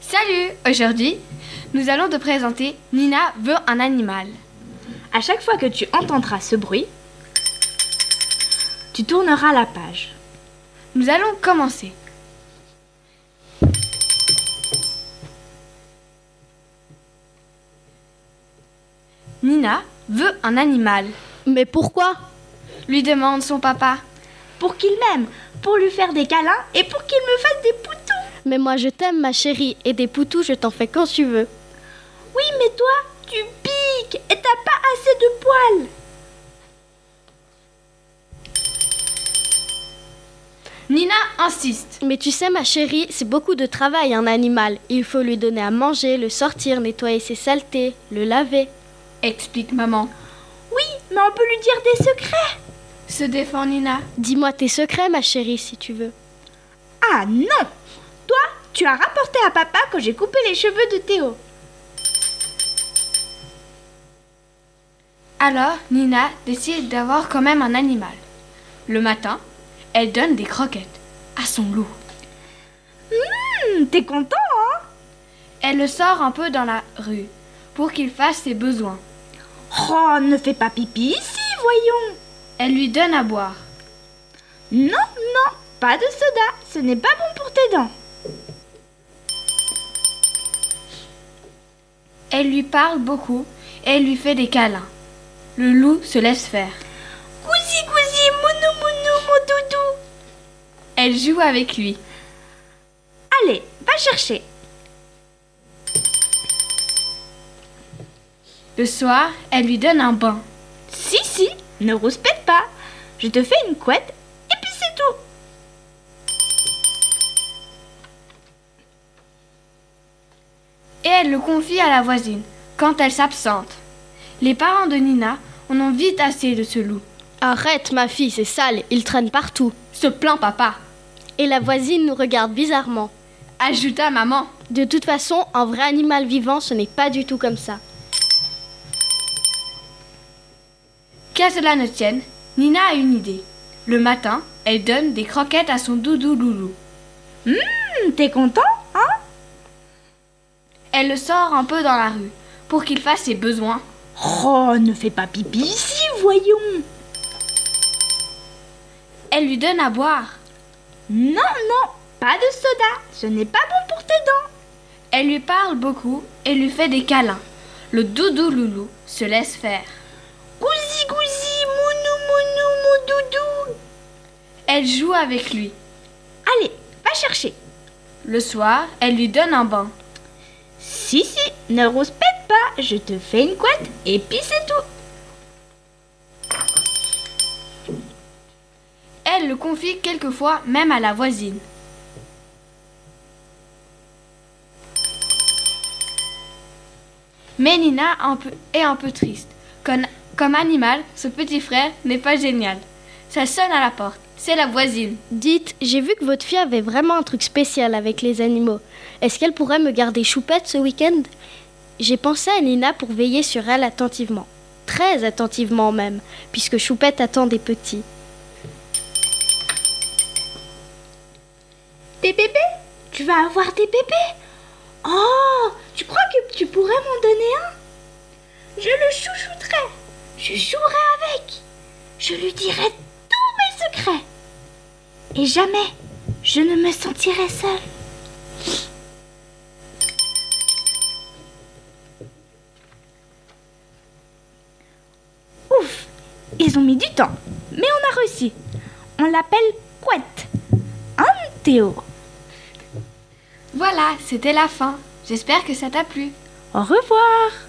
Salut Aujourd'hui, nous allons te présenter Nina veut un animal. À chaque fois que tu entendras ce bruit, tu tourneras la page. Nous allons commencer. Nina veut un animal, Mais pourquoi lui demande son papa. Pour qu'il m'aime, pour lui faire des câlins et pour qu'il me fasse des poutous. Mais moi je t'aime ma chérie et des poutous je t'en fais quand tu veux. Oui, mais toi, tu piques et t'as pas assez de poils. Nina insiste. Mais tu sais ma chérie, c'est beaucoup de travail un animal. Il faut lui donner à manger, le sortir, nettoyer ses saletés, le laver. Explique maman. Oui, mais on peut lui dire des secrets. Se défend Nina. Dis-moi tes secrets ma chérie si tu veux. Ah non Toi, tu as rapporté à papa que j'ai coupé les cheveux de Théo. Alors Nina décide d'avoir quand même un animal. Le matin, elle donne des croquettes à son loup. Hum, T'es content, hein Elle le sort un peu dans la rue pour qu'il fasse ses besoins. Oh, ne fais pas pipi ici, voyons. Elle lui donne à boire. Non, non, pas de soda, ce n'est pas bon pour tes dents. Elle lui parle beaucoup et elle lui fait des câlins. Le loup se laisse faire. Cousi, cousi, mounou, mounou, mon doudou. Elle joue avec lui. Allez, va chercher. Le soir, elle lui donne un bain. Si, si, ne rouspète pas. Je te fais une couette et puis c'est tout. et elle le confie à la voisine quand elle s'absente. Les parents de Nina en ont vite assez de ce loup. Arrête ma fille, c'est sale, il traîne partout. Se plaint papa, Et la voisine nous regarde bizarrement. ajouta maman. De toute façon, un vrai animal vivant ce n'est pas du tout comme ça. Qu'à cela ne tienne, Nina a une idée. Le matin, elle donne des croquettes à son doudou loulou. Hum, T'es content, hein Elle le sort un peu dans la rue pour qu'il fasse ses besoins. Oh, ne fais pas pipi ici, voyons. Elle lui donne à boire. Non, non, pas de soda, ce n'est pas bon pour tes dents. Elle lui parle beaucoup et lui fait des câlins. Le doudou loulou se laisse faire. Cousi, cousi, mounou, mounou, mon doudou. Elle joue avec lui. Allez, va chercher. Le soir, elle lui donne un bain. Si, si, ne rouspète pas, je te fais une couette et puis c'est tout. Elle le confie quelquefois même à la voisine. Mais Nina un peu- est un peu triste. Comme, comme animal, ce petit frère n'est pas génial. Ça sonne à la porte. C'est la voisine. Dites, j'ai vu que votre fille avait vraiment un truc spécial avec les animaux. Est-ce qu'elle pourrait me garder choupette ce week-end J'ai pensé à Nina pour veiller sur elle attentivement. Très attentivement même, puisque choupette attend des petits. Tes bébés Tu vas avoir des bébés Oh Tu crois que tu pourrais m'en donner un Je le chouchouterai. Je jouerai avec. Je lui dirai tous mes secrets. Et jamais je ne me sentirai seule. Ouf Ils ont mis du temps, mais on a réussi. On l'appelle Couette. Hein, Théo Voilà, c'était la fin. J'espère que ça t'a plu. Au revoir